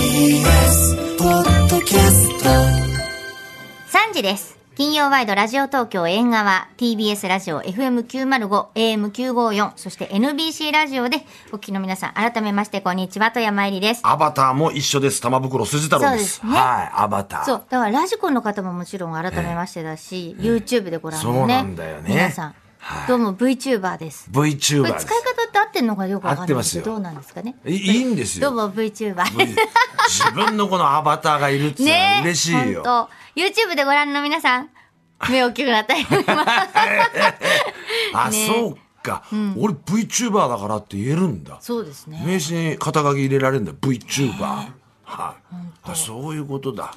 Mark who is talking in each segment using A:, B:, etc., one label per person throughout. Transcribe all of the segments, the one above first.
A: TBS ポッドキャスト
B: 3時です。金曜ワイドラジオ東京縁側、TBS ラジオ FM905、AM954、そして NBC ラジオでお聞きの皆さん、改めましてこんにちは、富山えりです。
C: アバターも一緒です。玉袋筋太郎です。
B: そうですね
C: はい、アバター。
B: そう、だからラジコンの方ももちろん改めましてだし、YouTube でご覧のね、
C: そうなんだよね
B: 皆さん、
C: はい
B: どうも VTuber です。
C: VTuber
B: これ使
C: で
B: い
C: す。
B: 方って合ってんのかよくわかんないですけど、ど
C: 合
B: う
C: ってますよ
B: なんですかね。
C: いいいんです
B: どう
C: よ。
B: も VTuber。
C: 自分のこのアバターがいるっていうの
B: ね
C: は
B: え
C: 嬉しいよ。
B: 本当 YouTube でご覧の皆 さん、目大きくなったり思います。
C: あ、
B: ね
C: そうか。俺 VTuber だからって言えるんだ。
B: そうですね。
C: 名刺に肩書き入れられるんだ。VTuber。はい。あそういうことだ。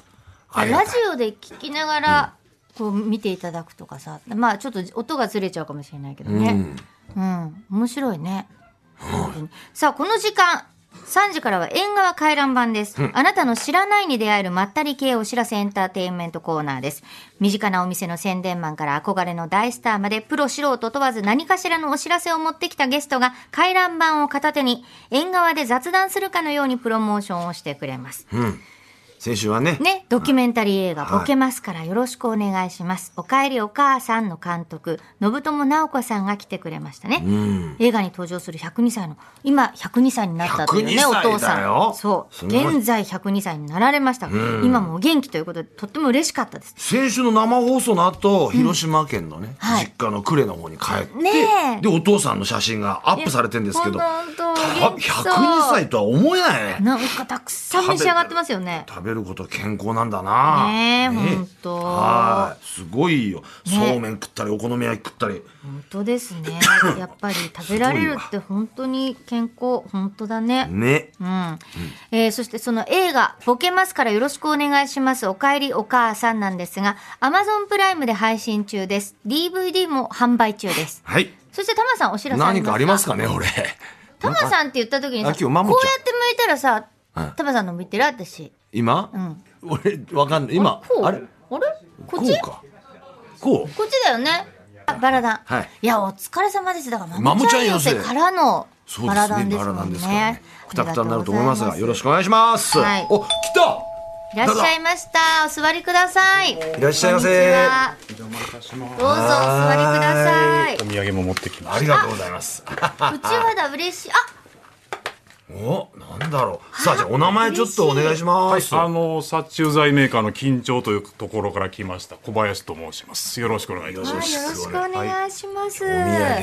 C: ありが
B: ラ
C: た
B: ジ
C: い
B: オで聞きながら、こう見ていただくとかさ、まあちょっと音がずれちゃうかもしれないけどね。うん、面白いね。本当にさあ、この時間。3時からは縁側回覧版です。あなたの知らないに出会えるまったり系お知らせエンターテインメントコーナーです。身近なお店の宣伝マンから憧れの大スターまでプロ素人問わず何かしらのお知らせを持ってきたゲストが回覧版を片手に縁側で雑談するかのようにプロモーションをしてくれます。
C: 先週はね。
B: ね、ドキュメンタリー映画、
C: はい
B: ボケますからよろしくお願いします。おかえりお母さんの監督、信友直子さんが来てくれましたね。映画に登場する102歳の、今102歳になったという
C: 102
B: ね、
C: 歳
B: お父
C: だ
B: さ
C: よ
B: ん。そ
C: す
B: う。
C: ごい
B: 現在102歳になられました。今もお元気ということで、とっても嬉しかったです。
C: 先週の生放送の後、広島県のね、
B: はい
C: 実家の呉の方に帰って、
B: ねえ
C: で、お父さんの写真がアップされてんですけど、
B: 本当本当
C: た
B: 元気そう
C: 102歳とは思えないね。
B: なんかたくさん召し上がってますよね。
C: 食べること健康なんだな
B: ねえほんと
C: はい。すごいよ。
B: ね
C: そうめん食ったり、お好み焼き食ったり。
B: 本当ですね。やっぱり食べられるって本当に健康、本当だね。
C: ね。
B: うんえーそしてその映画「ボケますからよろしくお願いしますおかえりお母さん」なんですが Amazon プライムで配信中です DVD も販売中です
C: はい。
B: そしてタマさんお知らせ
C: 何かあります
B: か
C: かね、俺。
B: タマさんって言った時にさ
C: あ
B: こう
C: 今日
B: や
C: マ
B: って
C: モ
B: 向
C: ち
B: い
C: ゃん
B: たらさ
C: うん
B: タマさんの見てる私
C: 今、俺、わかんない。今
B: こ、う
C: あ
B: あ
C: れ
B: れこ
C: こ
B: っち
C: うか。こう
B: こっちだよねあバラダン、
C: はい
B: やお疲れ様ですだから
C: マ
B: マ
C: モ
B: モ
C: ち
B: ち
C: ゃ
B: ゃ
C: ん
B: ん
C: よ
B: 寄
C: せ
B: せからの
C: そう
B: バ
C: です
B: ラダ
C: ね。
B: ンですも
C: バラ
B: ん
C: なんですから
B: ね
C: ね。くたくたになると思いますが、よろし
B: く
C: くお願いします。
B: はい
C: お、来た
B: いらっしゃいましたお座りください
C: いらっしゃいませ
B: こんにちはどうぞお座りください。う
D: お土産も持ってきま
C: あ
D: し
C: りがとうございます。
B: ちわだ嬉しい。あ、
C: お、なんだろう。さあ、じゃあお名前ちょっとお願いしま
D: た。
C: す。
D: あの殺虫剤メーカーの緊張というところから来ました小林と申します。よろしくお願いいたし
B: よ
D: ま
B: ろ
D: す。
B: しくお願いします。
C: お土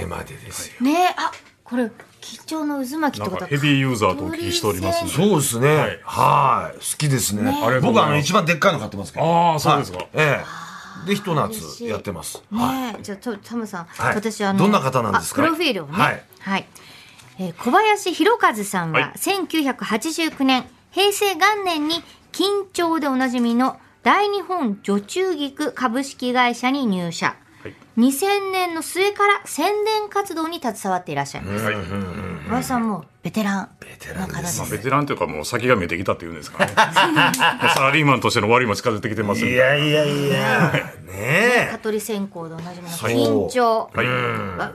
C: 産までですよ。
B: ねえ、あ、これ貴重の渦巻きってこと
D: なんか
B: か。
D: ヘビーユーザーとお聞きしておりますんで。
C: そうですね。は
D: はいい。
C: 好きですね。
D: ありがとうご
C: 僕
D: ざいます
C: あの一番でっかいの買ってますけど。
D: ああそうですか
C: はいええ。で、ひと夏やってます。はい。
B: ねえ、じゃあとタムさん、
C: はい
B: 私あの
C: どんな方なんですか
B: あプロフィールをね。
C: は
B: はいい。えー小林弘和さん
D: は
B: はい1989年、平成元年に緊張でおなじみの大日本女中菊株式会社に入社。
D: はい
B: 2000年の末から宣伝活動に携わっていらっしゃいます。小林さんもうベテランの方です
D: まあ、。ベテランというかもう先が見えてきたというんです かね。サラリーマンとしての終わりも近づいてきてますん
C: い
D: で。
C: やいやいや。
B: 香
C: ね
B: 取線香でおなじみの
C: そう
B: 緊張。
D: はい。
B: あ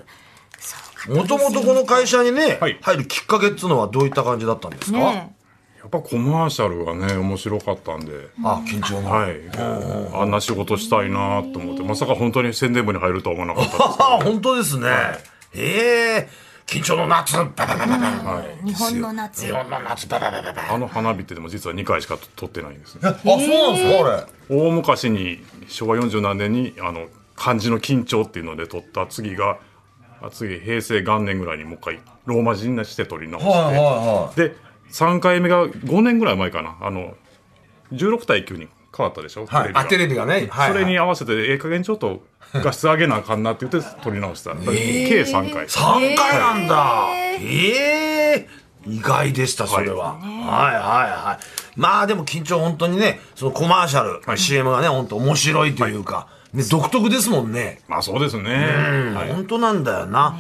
B: そう
C: え。もともとこの会社にね、
D: はい
C: 入るきっかけっていうのはどういった感じだったんですか、
B: ねえ
D: やっぱコマーシャルがね面白かったんで。
C: あ、緊張の。
D: はい。あんな仕事したいなと思ってまさか本当に宣伝部に入るとは思わなかったですけど。
C: ああ、本当ですね。ええ。緊張の夏、ババババババ。
B: 日本の夏。
C: 日本の夏、バババババ。
D: あの花火ってでも実は2回しか撮ってないんですね。
C: あ、そうなんですか、あれ。
D: 大昔に昭和40何年にあの漢字の緊張っていうので取った次があ次平成元年ぐらいにもう一回ローマ字にして取り直して、
C: はいはいは
D: で3回目が5年ぐらい前かなあの16対9に変わったでしょ、
C: はい。あ、テレビがね。はい
D: それに合わせてええ加減ちょっと画質上げなあかんなって言って取り直した、だから計3回
C: 三回なんだ。ええ意外でしたそれは。はいはいはい。まあでも緊張本当にね、そのコマーシャル、CM がね本当面白いというか、ね独特ですもんね。
D: まあそうですね、はい
C: 本当なんだよな。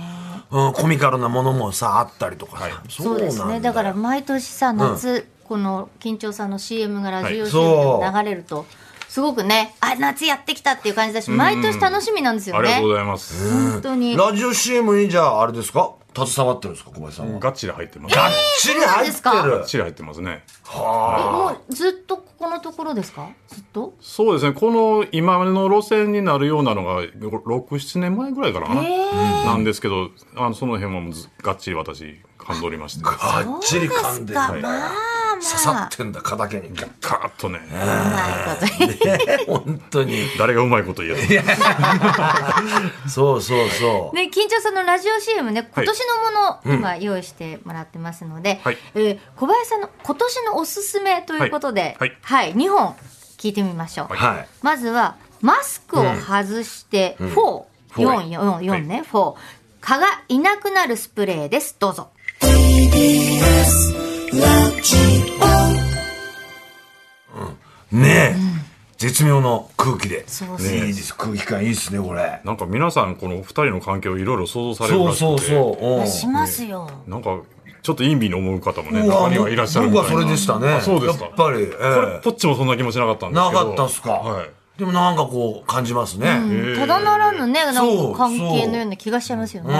C: うん、コミカルなものもさあったりとかさ、
D: はい
B: そうです
C: なん
B: ね。
C: だ
B: だ
C: よ
B: から毎年さ夏この緊張さんの CM がラジオ
D: はい
B: CM で流れるとすごくねあ夏やってきたっていう感じだし毎年楽しみなんですよ
D: ありが
B: ね
D: とう。ございます、
B: 本当に。
C: ラジオ CM にじゃああれですか携わってるんですか、小林さんは。がっ
D: ガチで入ってます。
C: ちり入
B: そうなん
D: ガ
C: っ
D: チ
C: てる。
D: で入ってますね。
B: えもうずっとここのところですかずっと
D: そうですね。この今の路線になるようなのが6、7年前ぐらいからかな。なんですけど、あのその辺はもうずがっちり私、感動りまして。ガ
C: がっちり噛んでる。
B: そうですかまあ
C: 刺さってんだ、肩けに。
D: ーッとね、
B: ないこと言う
C: 本当に。
D: 誰がうまいこと言える
C: そうそうそう。
B: ね、緊張さんのラジオ CM ね、今年のもの、今用意してもらってますので、
D: はい
B: えー小林さんの今年のおすすめということで、は
D: はいい、
B: 2本聞いてみましょう。
C: はい。
B: まずは、マスクを外して、4、
D: フォー
B: 4、4、4ね、4。蚊がいなくなるスプレーです。どうぞ。
A: ラジ
C: ねえ、絶妙の空気で。
B: そうそう
C: ねえいいです。空気感いいですね、これ。
D: なんか皆さん、この2人の関係をいろいろ想像される
C: そ
D: ら
C: う
D: しくて
C: そうそう。うん
B: しますよ。
D: なんか、ちょっと陰微に思う方もね、
C: うわ
D: 中にはいらっしゃるみたいな。
C: 僕はそれでしたね。
D: あそうですか。
C: やっぱり。ええ
D: これ、こっちもそんな気持ちなかったんです
C: な
D: けど。
C: かったっすか、
D: はい。
C: でもなんかこう感じますね。
D: えー
B: ただならぬね、なんか
C: そう
B: 関係のような気がしちゃいますよね。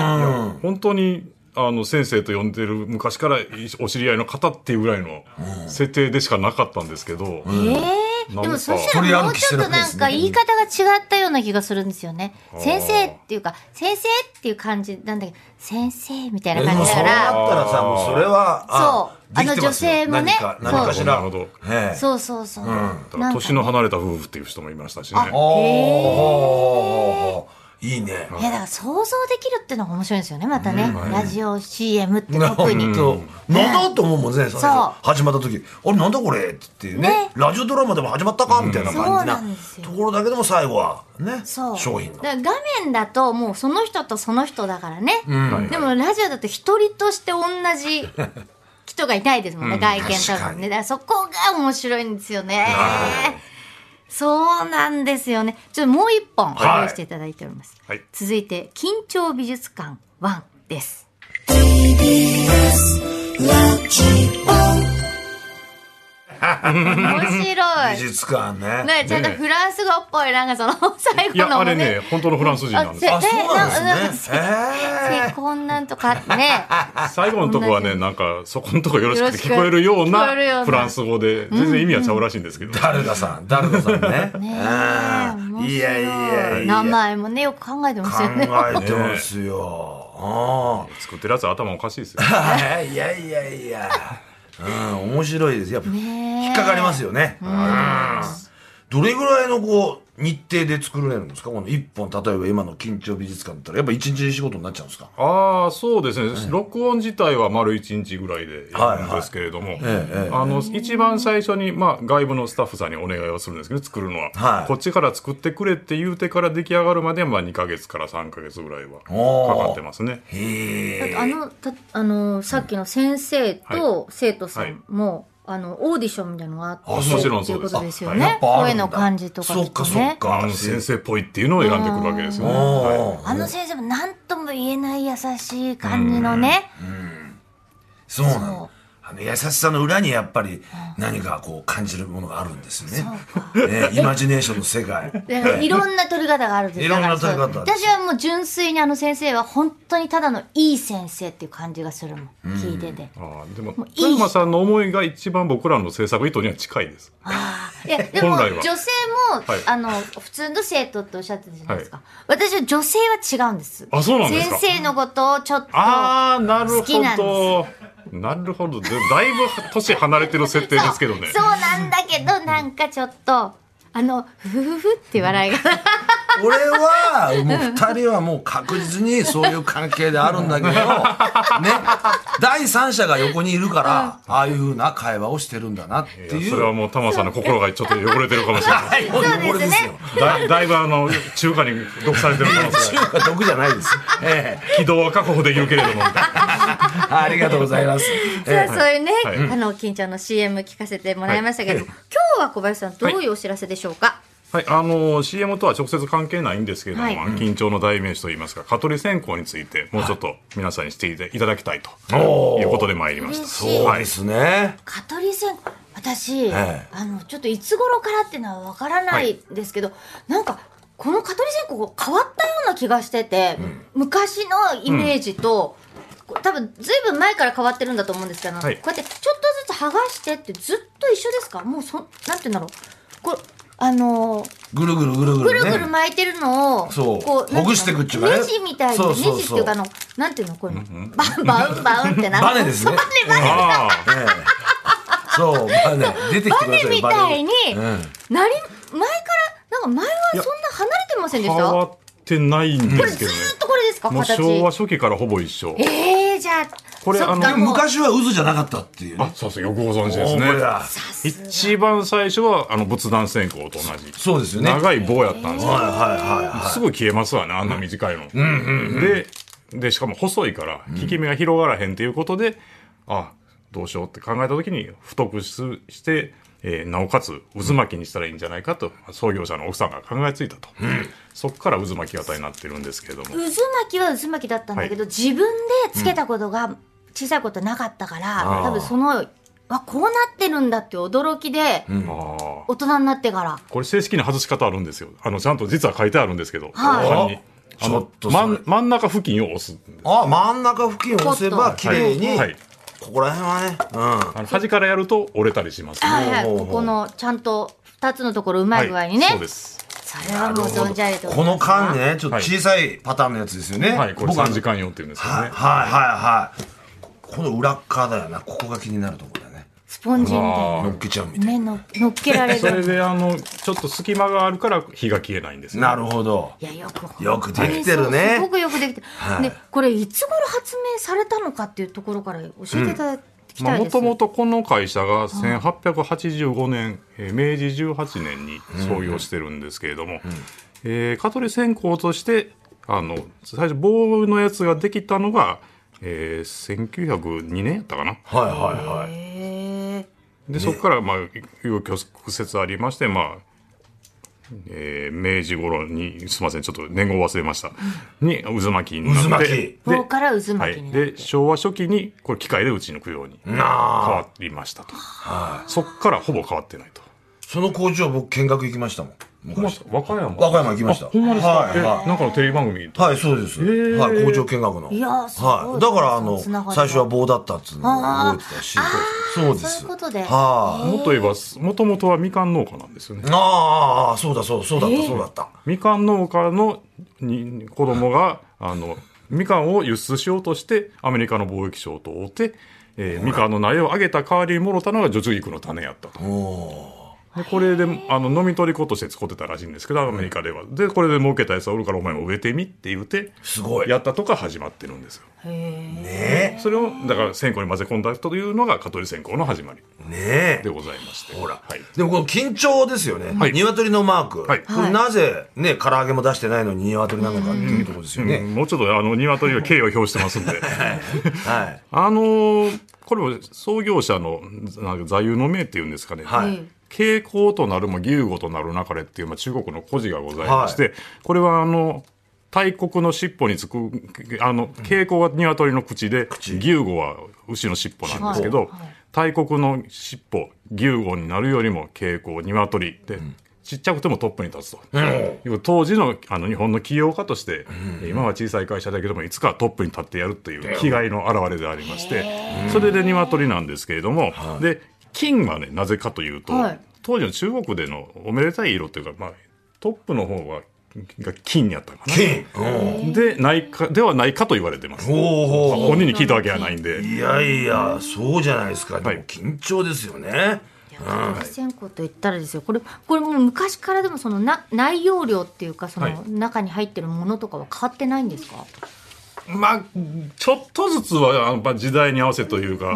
D: 本当に、あの、先生と呼んでる昔からお知り合いの方っていうぐらいの設定でしかなかったんですけど、
B: えー、でもそしたらもうちょっとなんか言い方が違ったような気がするんですよね。先生っていうか、先生っていう感じなんだけど、先生みたいな
C: で
B: 感
C: も
B: じだか
C: そうな
B: ら、
C: ったらさ、もうそれは、
B: そう
C: できてますよ
B: あの女性もね
C: 何か何かしら。
D: そうなるほど
C: ええ
B: そうそうそう。なんか
D: 年の離れた夫婦っていう人もいましたしね。
C: おーおーおーおーいいね。
B: いやだから想像できるっていうのが面白いんですよね、またね。ラジオ CM って特に。
C: となんだと思うもんね、最初
B: そう
C: 始まった時あれなんだこれっていうね
B: ね
C: ラジオドラマでも始まったかみたいな感じ
B: そうなんです
C: な
B: よ
C: ところだけでも最後はね
B: そう
C: 商品の
B: だから画面だともうその人とその人だからね、でもラジオだと一人として同 じ人がいないですもんね、外見多
C: 確か
B: 分
C: に
B: ねだからそこが面白いんですよねそうなんですよねちょっともう一本
C: はい
B: 用意していただいております、
D: はい
B: 続いて「緊張美術館1」です
A: ラジ
B: 面白
C: 美
B: い
C: 術館ね
B: ねちゃんと
D: ね
B: フランス語っぽいなんかその 最
D: い
B: 後
D: や、
B: の
D: あ
B: も
D: れね、本当のフランス人なんです
B: あ
D: よ。
C: あそうなんですね
B: せこんなんとか ね
D: 最後のとこはね、なんか、そこのとこよろしくって聞こえるよ
B: よろ
D: う
B: しく聞こえるような
D: なフランス語で、全然意味はちゃうらしいんですけど。
C: ダルダさんダルダさんね
B: ねえ
C: うん
B: 面白
C: いやいやいや
B: 名前もねよく考えてます
C: 考
B: よね
C: えてますよ。あ
D: 作ってるやつ頭おかしいですよ。
C: あ。 いやいやいや。うん、面白いです。やっぱ、引っかかりますよね。どれぐらいのこう、日程で作られるんですかこの一本、例えば今の緊張美術館だったら、やっぱ一日で仕事になっちゃうんですか
D: ああ、そうですね、録音自体は丸1日ぐらいでやるんですけれども、
C: ええ
D: あの一番最初に、まあ、外部のスタッフさんにお願いをするんですけど、作るのは、
C: はい
D: こっちから作ってくれって言うてから出来上がるまで、まあ、2か月から3か月ぐらいは
C: おー
D: かかってますね。
C: へえ。
B: あのたあのさっきの先生と生徒さんも、あのオーディションみたいなのがあって
C: あもち
D: ろん
B: ってい
D: そう
B: こ
D: うです
B: とですよ
C: や
B: ね
C: っぱある
B: 声
C: んだ
B: の感じとか
C: そ
B: き
C: っ
B: っと
C: かそっ
B: ね
D: あ
C: か。
D: の先生っぽいっていうのを選んでくるわけですよね。
C: おー
B: あの先生も何とも言えない優しい感じのね
C: そうなの。あの優しさの裏にやっぱり何かこう感じるものがあるんですよね。ねイマジネーションの 世界。
B: だからいろんな取り方があるんです
C: いろんな
B: だからそう
C: 取り方ある
B: 私はもう純粋にあの先生は本当にただのいい先生っていう感じがするもん、聞いてて
D: ああでも
B: いい
D: 富山さんの思いが一番僕らの制作意図には近いです。
B: いやでも
D: 本来
B: 女
D: は
B: 性も、
D: はい
B: あの普通の生徒っておっしゃってるじゃないですか、私は女性は違うんです
D: あそうなんですか
B: 先生のことをちょっと
D: ああなる
B: 好き
D: ほ
B: なん
D: ど
B: で。
D: なるほど。でだいぶ年離れてる設定ですけどね。
B: そうそうなんだけどなんかちょっとあのふふふふって笑いが
C: 俺は、もう二人はもう確実にそういう関係であるん だけど、ね、第三者が横にいるから、ああいうふうな会話をしてるんだなって
D: い
C: い
D: や
C: う。
D: それはもう玉さんの心がちょっと汚れてるかもしれない。
C: はい、
B: そうですね
D: だだいぶあの中華に毒されてる可能性が
C: 中華毒じゃないです。 ええ
D: 軌道は確保できるけれども
C: ありがとうございます。
B: そう
C: ええ
B: そういうね、
D: はい
B: あの緊張の CM 聞かせてもらいましたけど、
D: はい
B: 今日は小林さんどういうお知らせでしょうか、
D: はい、あの CM とは直接関係ないんですけれども、
B: はい
D: 緊張の代名詞といいますか蚊取り線香についてもうちょっと皆さんにしていたいただきたいと
C: おー
D: いうことで参りました
B: 嬉しい
C: そう
D: は
C: で
D: い、
C: すね。
B: 蚊取り線香私、
C: ええ
B: あのちょっといつ頃からっていうのはわからないですけど、なんかこの蚊取り線香変わったような気がしてて、昔のイメージと、こ多分ずいぶん前から変わってるんだと思うんですけど、
D: はい
B: こうやってちょっとずつ剥がしてってずっと一緒ですかもうそなんて言うんだろうこれあのー
C: ぐるぐるぐるぐ
B: ぐ
C: る
B: る
C: ね
B: ぐる巻いてるのを
C: そう
B: こうなん
C: ほぐしてくっちゅうかね
B: ネジみたいな
C: そう
B: ネ
C: そうそう
B: ジっていうかあのなんていうのこういうのバンバウンバウンってな
C: バネですね
B: バネバネ
D: ああ
C: ええそうバネ出てきてくださいよ
B: バネみたいに
C: バネ
B: なり前からなんか前はそんな離れてませんでし
D: 変
B: た
D: わってないんです
B: ず
D: けどね
B: ーっとこれですか
D: もう昭和
B: 形
D: 初期からほぼ一緒
B: ええじゃあ
D: これ
B: そっか
D: あの
C: うん昔は渦じゃなかったっていう
D: あ
C: ね
D: そうそうよくご存知です
C: 大声
D: ね
C: だ
D: 一番最初はあの仏壇線香と同じ
C: そうですよね
D: 長い棒やったんですけど
C: はいはいはいはい
D: すぐ消えますわね、あんな短いの。で、で、しかも細いから、効き目が広がらへんっていうことで、あ、どうしようって考えたときに、太くしして、えーなおかつ渦巻きにしたらいいんじゃないかと、創業者の奥さんが考えついたと。そこから渦巻き型になってるんですけれども。
B: 渦巻きは渦巻きだったんだけど、自分でつけたことが小さいことなかったから、
D: あー
B: 多分そのあこうなってるんだって驚きで、
D: ああ。
B: 大人になってから
D: これ正式に外し方あるんですよ。あの、ちゃんと実は書いてあるんですけど、
B: はい
D: 後半に。
C: ち
D: あ
C: ょっ
D: の、
C: とそれ
D: 真ん真ん中付近を押す。
C: あ真ん中付近を押せば綺麗に、
D: はいはい
C: ここら辺はね
D: あの端からやると折れたりします、
B: はいはい
C: ほうほう
B: ここのちゃんと2つのところうまい具合にね、
D: はいそうです。
B: それはもう存じ上げて
C: う
B: おります
C: んこの缶ねちょっと小さいパターンのやつですよね、
D: はい、これ
C: 僕は
D: 3時間用っていうんですけど
C: はいは
D: ね
C: い。はいはいこの裏っ側だよなここが気になるところだよね
B: スポンジみた
D: あ
B: い
D: ー
C: 乗っけちゃうみた
B: なね
C: い
B: ののっけられ
D: それ
B: る
D: であのちょっと隙間があるから火が消えないんですね
C: ななるほど
B: いやよく
C: よくできてるね
B: そうすごくよくできてる、でこれいつ頃発明されたのかっていうところから教えていただきたい
D: も
B: です、
D: ともとこの会社が1885年、えー明治18年に創業してるんですけれども、えー、香取線香としてあの最初棒のやつができたのが、えー、1902年やったかな
C: はいはいはい
B: へー
D: でそこからまあ紆余曲折ありましてまあえー、明治頃にすみませんちょっと年号忘れましたに渦巻きになって
C: 渦巻
B: 棒から渦
D: は
B: 巻き
D: い、
B: になる、
D: で昭和初期にこれ機械でうちに抜くように変
C: なあ
D: わりましたとそっからほぼ変わってないと
C: その工場僕見学行きましたもん昔
D: 和歌山
C: 和歌山行きました
D: ほんまですか、
C: はい
D: え
C: はい
D: なんかのテレビ番組と
C: はいそうです、
D: ー
C: はい工場見学の
B: いやーすごい
C: はい、だからあ
B: その
C: の
B: つながりが
C: 最初は棒だったっつうのを覚えてたしそうです
B: そういうことで
C: はい
D: もっと言えばもともとはみかん農家なんですよね
C: あーあーそうだそうそうだったそうだった、
D: みかん農家のに子供があのみかんを輸出しようとしてアメリカの貿易商と追って、えーみかんの苗をあげた代わりにもろたのが女中菊の種やったと。でこれであの飲み取り粉として使ってたらしいんですけどアメリカでは。でこれで儲けたやつはおるからお前も植えてみって言うて
C: すごい
D: やったとか始まってるんですよ。
C: ね
D: それをだから線香に混ぜ込んだというのが香取線香の始まり
C: えね
D: で
C: え
D: ございまして。
C: ほら、
D: はい
C: でもこの緊張ですよね、
D: はい
C: 鶏のマーク、
D: はい
C: これなぜね唐揚げも出してないのに鶏なのかっていうところですよね、
D: うんもうちょっとあの鶏は敬意を表してますんで。
C: はい
D: あのーこれも創業者のなんか座右の銘っていうんですかね、
C: はい、
D: 傾向となるも牛語となるなかれっていう、まあ、中国の故事がございまして、これはあの大国の尻尾につくあの傾向は鶏の口で牛語は牛の尻尾なんですけど、大国の尻尾牛語になるよりも傾向鶏で、ちっちゃくてもトップに立つと、いう当時のあの日本の起業家として、今は小さい会社だけどもいつかはトップに立ってやるという気概の表れでありまして、それで鶏なんですけれども、で金はねなぜかというと、
B: はい
D: 当時の中国でのおめでたい色というか、まあ、トップの方はが金やったか
C: 金うん
D: なでないかではないかと言われてます。
C: おお
D: 本人に聞いたわけはないんで。
C: いやいやそうじゃないですか、で
D: はい
C: も緊張ですよね
B: 鳥線香と言ったらですよこれこれもう昔からでもそのな内容量っていうかそ
D: はい
B: の中に入ってるものとかは変わってないんですか、
D: まあ、ちょっとずつは、あのまあ時代に合わせというか、あ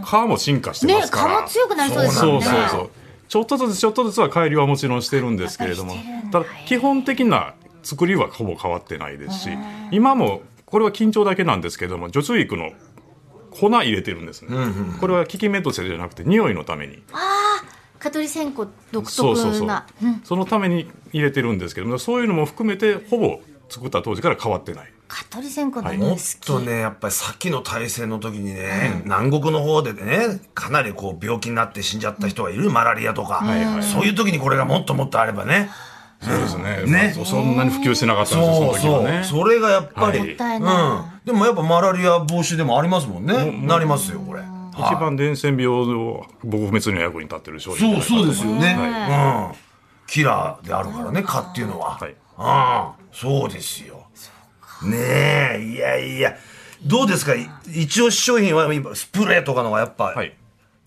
D: の、皮も進化して
B: ね
D: ますから。
B: 皮も強くなりそうです
D: そ
B: よね
D: うそうそう。ちょっとずつちょっとずつは改良はもちろんしてるんですけれども
B: やっぱりしてるん、だ
D: ただ基本的な作りはほぼ変わってないですし、今も、これは緊張だけなんですけれども、除虫育の粉入れてるんですね。これは効き目としてじゃなくて、匂いのために。
B: 香取線香独特な
D: そうそうそう、そのために入れてるんですけども、そういうのも含めて、ほぼ作った当時から変わってない。
B: 香取線香の匂い好
C: もっ
B: き、
C: とねやっぱりさっきの大戦の時にね、南国の方でねかなりこう病気になって死んじゃった人がいるマラリアとか、そういう時にこれがもっともっとあればね、
D: そうですね。
C: ね
D: まあそそんなに普及してなかったんですよ、そ
C: そ
D: の
C: う
D: 時
C: そ
D: は
C: う、
D: ね。
C: それがやっぱり、
D: はい
B: もったいな
C: でもやっぱマラリア防止でもありますもんね。なりますよ、これ。
D: 一番伝染病を撲滅には役に立ってる商品
C: そう、そう
D: う
C: ですよね。
B: は
C: うん。キラーであるからね、蚊っていうのは。
D: はい
C: うん。そうですよ。ねえ、いやいや。どうですかい一押し商品は今、スプレーとかのがやっぱ、
D: はい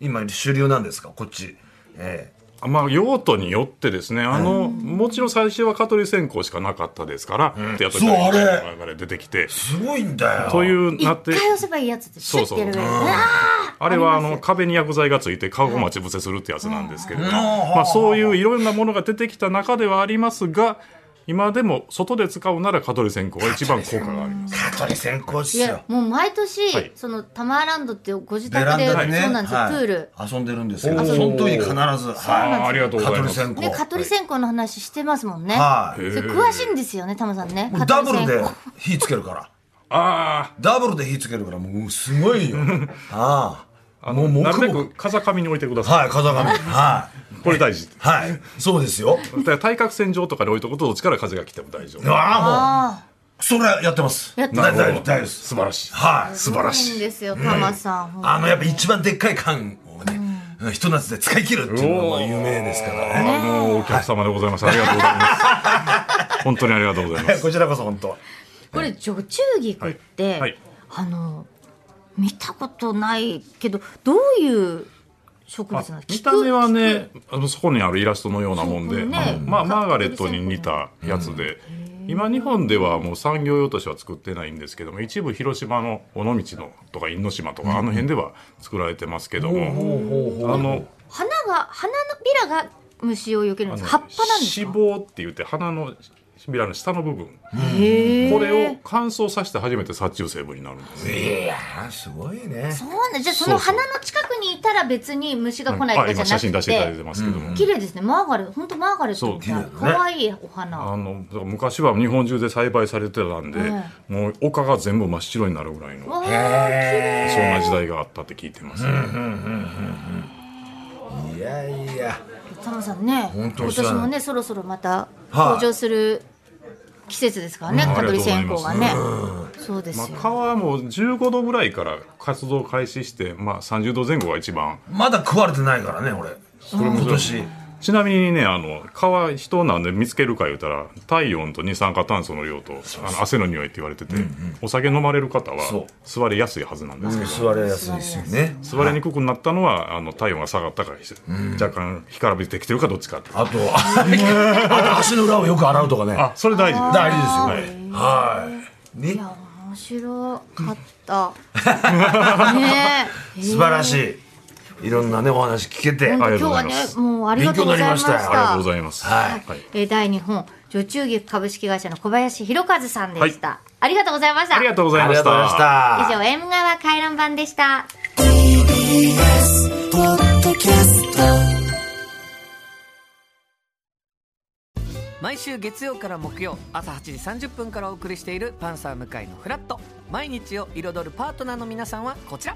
C: 今主流なんですかこっち。ええ
D: まあ、用途によってですね、あの、もちろん最初は蚊取り線香しかなかったですから、ってやっぱり
C: そうあれ
D: 流れ出てきて、
C: すごいんだよ。
D: というな
B: 一
D: って
B: 回、押せばいいやつってシュッてやるぐらいね
D: そうそう
B: うわ
D: あれはあ
B: あります
D: の壁に薬剤がついて顔が待ち伏せするってやつなんですけれども、
C: うん
D: まあ、そういういろんなものが出てきた中ではありますが、今でも外で使うなら蚊取り線香が一番効果があります。
C: 蚊取り線香っす
B: ーいや
C: よ。
B: もう毎年、
D: はい
B: そのタマーランドっていうご自
C: ベ
B: 宅
C: ラン
B: で
C: ダでね。
B: そうなんですよ、
C: はい
B: プール
C: 遊んでるんですけど、
D: おー
C: その時に必ず。は
D: あーありがとうございます。
C: 蚊取り線
B: ね、蚊取り線香の話してますもんね。
C: い。はい。
B: それ詳しいんですよね、タマさんね。
C: もうダブル
B: 蚊取
C: で
B: り線香
C: 火つけるから。
D: あ
C: ダブルで火つけるから、もうすご いよ。ああ。
D: あ、
C: もう、も
D: なる
C: く
D: べ
C: もく
D: く。風上に置いてください。
C: はい、風上。はい。
D: これ大事。
C: はい。そうですよ。
D: だから対角線上とかに置いとくとどっちから風が来ても大丈夫。
C: ああ、も
B: あ
C: う。それはやってます。
B: やってま
C: 大
B: す
C: 大丈夫、大丈夫です。
D: 素晴らしい。
C: はい。
D: 素
B: あ、
D: 晴ら
B: いいん
D: しい。
B: ですよ、タマさん。
C: あの、やっぱ一番でっかい缶をね、うんひと夏で使い切るっていうのがまあ有名ですから
D: あ
C: ね。
D: のお客様でございます。ありがとうございます。本当にありがとうございま
C: はい
D: す。
C: こちらこそ本当。
B: これ女中菊って、
D: いはい
B: あの見たことないけどどういう植物なんです
D: 見
B: か
D: た目は
B: 菊
D: ねあのそこにあるイラストのようなもん
B: そ
D: で、
B: うね
D: まあマーガレットに似たやつで、今日本ではもう産業用としては作ってないんですけども一部広島の尾道のとか因島とか、あの辺では作られてますけども、
C: ほうほうほう
D: あの
B: 花が花のビラが虫を避けるんですか葉っぱなんです
D: 脂
B: か
D: 肪って言って花のびらの下の部分、
B: へー
D: これを乾燥させて初めて殺虫成分になるんです。
C: いやー、すごいね。
B: そうねじゃあその
D: そうそう
B: 花の近くにいたら別に虫が来ないと
D: あ
B: かじゃ
D: 今
B: な
D: 写
B: くて、
D: 真出していただいてますけども、
B: 綺麗ですねマーガレット本当マーガレットみたいな
C: そう綺麗だね
B: 可愛いお花
D: あのだから昔は日本中で栽培されてたんで、
B: は
D: もう丘が全部真っ白になるぐらいの
B: わあ綺麗
D: そんな時代があったって聞いてます、
C: いやいや。
B: タモさんね
C: 本
B: 今
C: 当に
B: 年もねそろそろまた
C: はい
B: 登場する季節ですからね
D: うん
B: 蚊取り線香がね
D: ありが
B: そうです
D: まあ、
B: よ
D: 蚊はもう15度ぐらいから活動開始して、まあ、30度前後が一番
C: まだ食われてないからね、俺。これ今年。
D: ちなみにねあの蚊は人なんで見つけるか言うたら体温と二酸化炭素の量とあの汗の匂いって言われてて、お酒飲まれる方
C: そう
D: は座りやすいはずなんですけど、
C: 座れやすいですよね。
D: 座りにくくなったのはあの体温が下がったからです若干干からびてきてるかどっちかって
C: あと、あと足の裏をよく洗うとかね。
D: あそれ大事です
C: 大事ですよ。はい。
B: い
C: ね、
B: や面白かった ねえ
C: 素晴らし
B: い
C: い。いろんなね、お話聞けて。
B: 本
D: あ
B: 当
D: りが
B: 今
D: とう
B: 日
D: ご
B: は
D: ざ
B: いね
D: ます
B: もうありがとうございまし
C: 勉強になりました
D: ありがと
B: た
D: うございます、
C: はい
D: はい
B: えー第2本女中劇株式会社の小林弘和さんでしたありがとうございました
D: ありがとうござい
C: あ
D: ま
C: り
D: し
C: がとうございましたた。
B: 以上縁側回覧版でした
A: ポッドキャスト
E: 毎週月曜から木曜朝8時30分からお送りしている「パンサー向井のフラット」毎日を彩るパートナーの皆さんはこちら